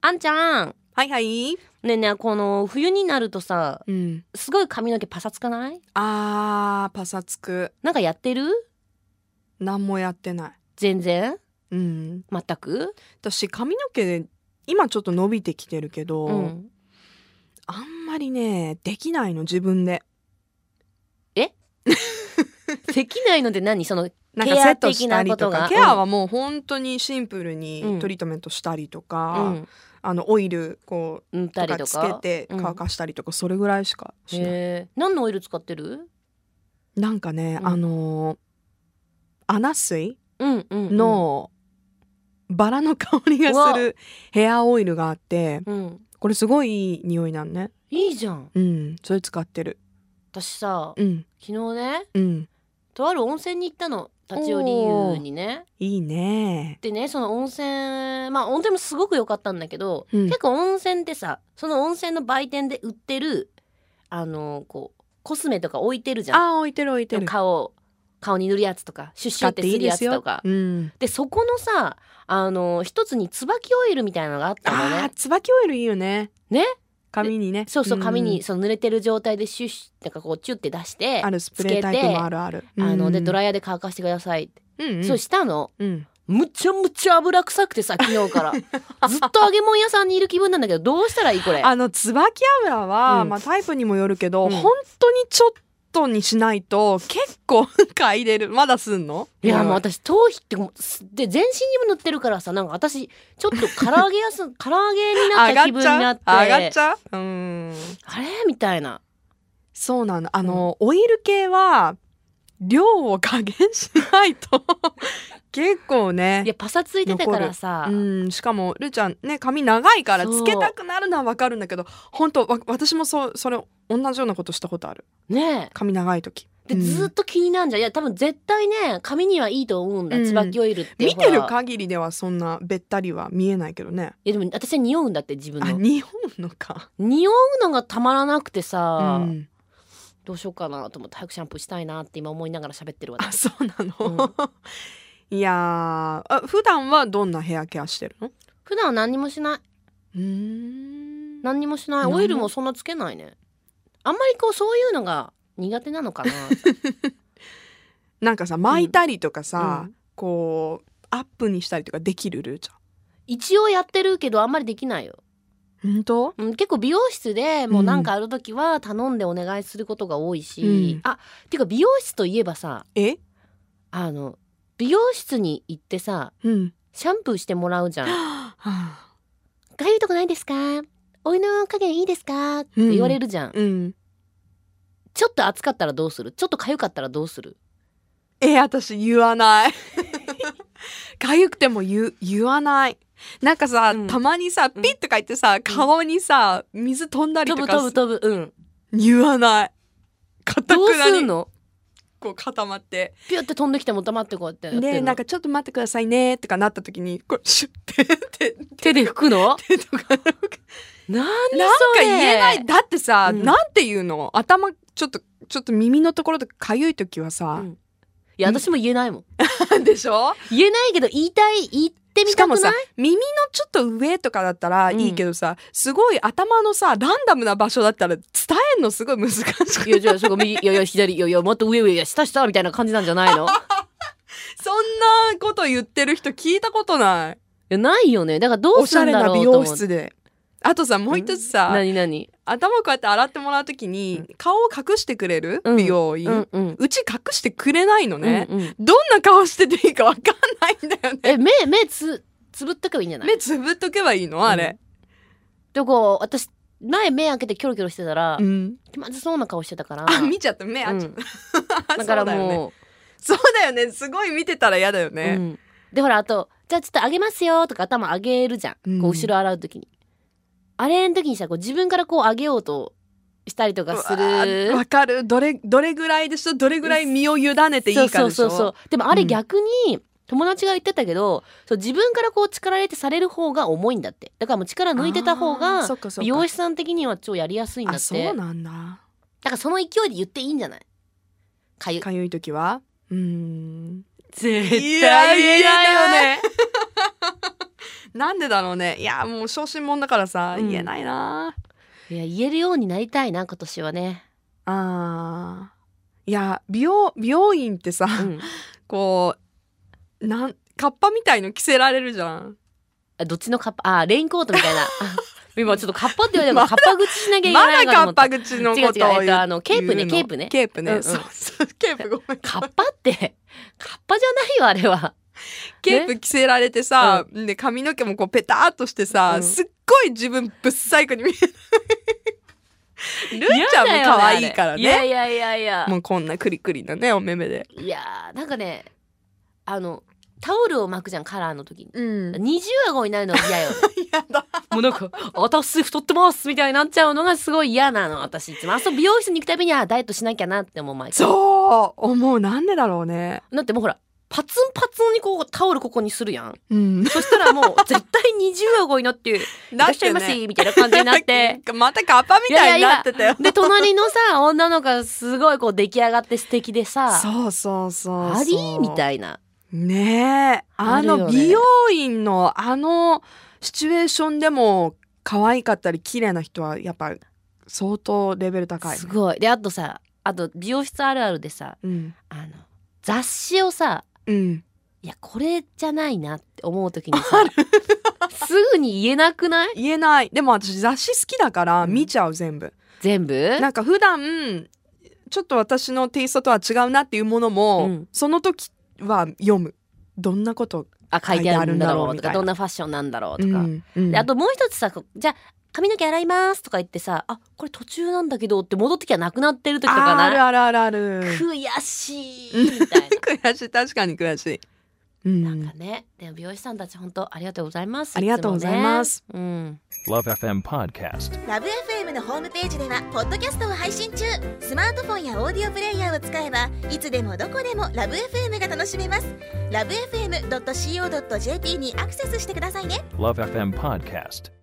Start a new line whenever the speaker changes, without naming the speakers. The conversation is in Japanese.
あんちゃん
はいはい。
ねえねえこの冬になるとさ
うん。
すごい髪の毛パサつかない
あー、パサつく。
なんかやってる
何もやってない。
全然
うん。
全く
私、髪の毛、今ちょっと伸びてきてるけど、
うん
あんまりね、できないの、自分で。
できないので何その
なんか
ケア
セットしたりと
的なことが
か。ケアはもう本当にシンプル
うん
にトリートメントしたりと
う
か、
ん
あの、オイル、こう、
塗った
と
り
か
と
つけ
か
て
うん
乾かしたりとか、それぐらいしかしな
へ
い。
え何のオイル使ってる
なんかね、
うん
あのー、穴水
うんうんうん
のバラの香りがするヘアオイルがあって
うん
これすごいいい匂いなんね
いいじゃん
うんそれ使ってる
私さ
うん
昨日ね
うん
とある温泉に行ったの立ち寄り湯にね
いいね
でねその温泉まあ温泉もすごく良かったんだけど、
うん
結構温泉ってさその温泉の売店で売ってるあのこうコスメとか置いてるじゃん
あー置いてる置いてる
顔顔に塗るやつとかシュッシュ
使
っ
っててい
す
い
る
で
や
す
つ
よ
とかで
うん
そこのさあの一つに椿オイルみたいなのがあったの
あ
ね
ー椿オイルいいよね
ね
髪にね
そうそう髪
ん
にその濡れてる状態でシュッシュなんかこうチュッて出して
あるスプレータイプもあるある
あのでド
イ
ライヤーで乾かしてくださいって、
うん
そうしたの
うん
むちゃむちゃ油臭くてさ昨日から ずっと揚げ物屋さんにいる気分なんだけどどうしたらいいこれ
あの椿油は
うん
まあタイプにもよるけど
うん
本当にちょっとにしないと結構 嗅いでるまだすんの
いやもう
匂
私頭皮ってもうすで全身にも塗ってるからさなんか私ちょっと唐揚げ屋さん 唐揚げになった気分になって
上がっちゃう上がっちゃううん
あれみたいな
そうなのあの、オイル系は量を加減しないと 結構
い
ね
やパサついてたからさ、
うん、しかもるーちゃんね髪長いから
そう
つけたくなるのはわかるんだけど本当わ私もそうそれ同じようなことしたことある
ね
髪長い時
えで、
うん
ずっと気になんじゃんいや多分絶対ね髪にはいいと思うんだ、
うん
椿オイルって
見て
ほ
る
ら
限りではそんなべったりは見えないけどね
いやでも私は匂うんだって自分
あ
の
日本のか、
匂うのがたまらなくて
う
さ、
ん、
どうしようかなと思って早くシャンプーしたいなって今思いながら喋ってるわ
あそうなの、
う
いやーあ普段はどんなヘアケアしてるの
普段は何にもしないう
ーん
何にもしない
何も
オイルもそんなつけないねあんまりこうそういうのが苦手なのかな
なんかさ巻いたりとかさ、
うん
こうアップにしたりとかできるルーち
一応やってるけどあんまりできないよ、
ゃん本当
うん、結構美容室でもうなんかある時は頼んでお願いすることが多いし、
うん
あてか美容室といえばさ
え
あの美容室に行ってさ
うん
シャンプーしてもらうじゃん
はあ
「かゆいとこないですかお湯の加減いいですか?」って言われるじゃん、
うん
ちょっと熱かったらどうするちょっとかゆかったらどうする
え私言わないかゆくても言う言わないなんかさ、
うん
たまにさ
うん
ピッとか言ってさ、顔にさ水飛んだり
飛
と
ぶ
か
飛ぶ飛ぶうん
言わないかた
どう
くな
すん
に
の
こう固まって
ピュって飛んできても黙ってこうやってやってんの
でなんかちょっと待ってくださいねとかなった時にこうシュッて て
手で拭くの
手とか
なん
なんか言えないだってさ、
うん
なんて言うの頭ちょっとちょっと耳のところとかかゆい時はさ、
いや私も言えないもん
でしょ
言えないけど言いたい言ってみ
したか
くな
も
い
さ耳のちょっと上とかだったら
うん
いいけどさ、すごい頭のさランダムな場所だったら伝えんのすごい難しく
い やじゃあそこ右いやいや左いやいやもっと上上いや下下みたいな感じなんじゃないのい
そんなこと言ってる人聞いたことない
やないよねだからど
お
う
し
す
ゃ
ん
れ
だ
な
ろ
美
うと思
容
って
室であとさもう一つさ、
何何
頭こうやって洗ってもらう時に顔を隠してくれる、
うん
美容院、
う
うん
うん
ち隠してくれないのね、
うんうん
どんな顔してていいかわかんないん だよね
え目目つつぶっとけばいいんじゃない
目つぶっとけばいいのあれ、
でこう私前目開けてキョロキョロしてたら
うん
気まずそうな顔してたから
あ見ちゃった目あ っちゃった、
うんだから
そうだよね
も
そうだよねすごい見てたら嫌だよ
う
ね、
うんでほらあと「じゃあちょっと上げますよ」とか頭上げるじゃん、
うん
こう後ろ洗う時にあれの時にさこう自分からこう上げようとしたりとかす
うわー
る
わかるどれどれぐらいでしょどれぐらい身を委ねていいか
そう
でしょ
そうそうそうでもあれ
うん
逆に友達が言ってたけど、そう自分からこう力入れてされる方が重いんだってだからもう力抜いてた方
あー
が
そっかそっか
美容師さん的には超やりやすいんだ
あ
って
そう
だ
なんだ
からその勢いで言っていいんじゃないかゆい
かゆい時はうーん
絶
いや言えないよねなんでだろうねいやもう小心者だからさ、
うん
言えないない
や言えるようになりたいな今年は ね、
あーいや美容美容院ってさ、
うん、
こうなんカッパみたいの着せられるじゃん
あどっちのカッパあレインコートみ たいなあ今ちょっとカッパって言われたからカッパ口しなきゃいけ
ま
ない
だ
のかと
カ
思
ッ
った
パ口のことを言
違う違
う
うえっとあのケープね
言うの
ケープね
ケープね、
うんうん
そうそう ケープごめん
カッパって カッパじゃないよあれは
ケープ着せられてさ、で髪の毛もこうペターっとしてさ、
うん
すっごい自分ぶっ細工に見えるルーちゃんも可愛いから
いや
ね
いやいやいや
もうこんなクリクリのねお目目で
いやーなんかねあのタオルを巻くじゃんカラーの時に
うん
二重顎になるのは嫌よ
やだ
もうなんか「私太ってます」みたいになっちゃうのがすごい嫌なの私いつもあそう美容室に行くたびにあダイエットしなきゃなって思う毎回
そう思うなんでだろうね
だってもうほらパツンパツンにこうタオルここにするやん
うん
そしたら もう絶対二重顎になって「いらっしゃいませ」みたいな感じになって。
またカッパみたいになってたよ
で隣のさ女の子がすごいこう出来上がって素敵でさ
そうそうそうそう
ありみたいな
ねえあ
ある
の
よね
美容院のあのシチュエーションでも可愛かったり綺麗な人はやっぱ相当レベル高い
すごいであとさあと美容室あるあるでさ
うん
あの雑誌をさ
うん
いやこれじゃないなって思う時にさすぐに言えなくない
言えないでも私雑誌好きだから
うん
見ちゃう全部、
全部
なんか普段ちょっと私のテイストとは違うなっていうものも、
うん
その時は読むどんなこと
あ書いてあるんだろ
書いてあるんだろ
う
うみ
と
た
か
いな
どんなファッションなんだろうとか、
うんうん
であともう一つさこうじゃあ髪の毛洗いますとか言ってさあこれ途中なんだけどって戻ってきゃなくなってる時とか
あ
な
あるあるあるある
悔しいみたい
悔しい確かに悔しい、うん、
な。なんかね、でも美容師さんたち本当ありがとうございます。
ありがとうございます
つもね。うん。
Love FM Podcast.
ラブ f m のホームページではポッドキャストを配信中スマートフォンやオーディオプレイヤーを使えばいつでもどこでもラブ f m が楽しめますラブ FM.co.jp にアクセスしてくださいね
Love FM Podcast.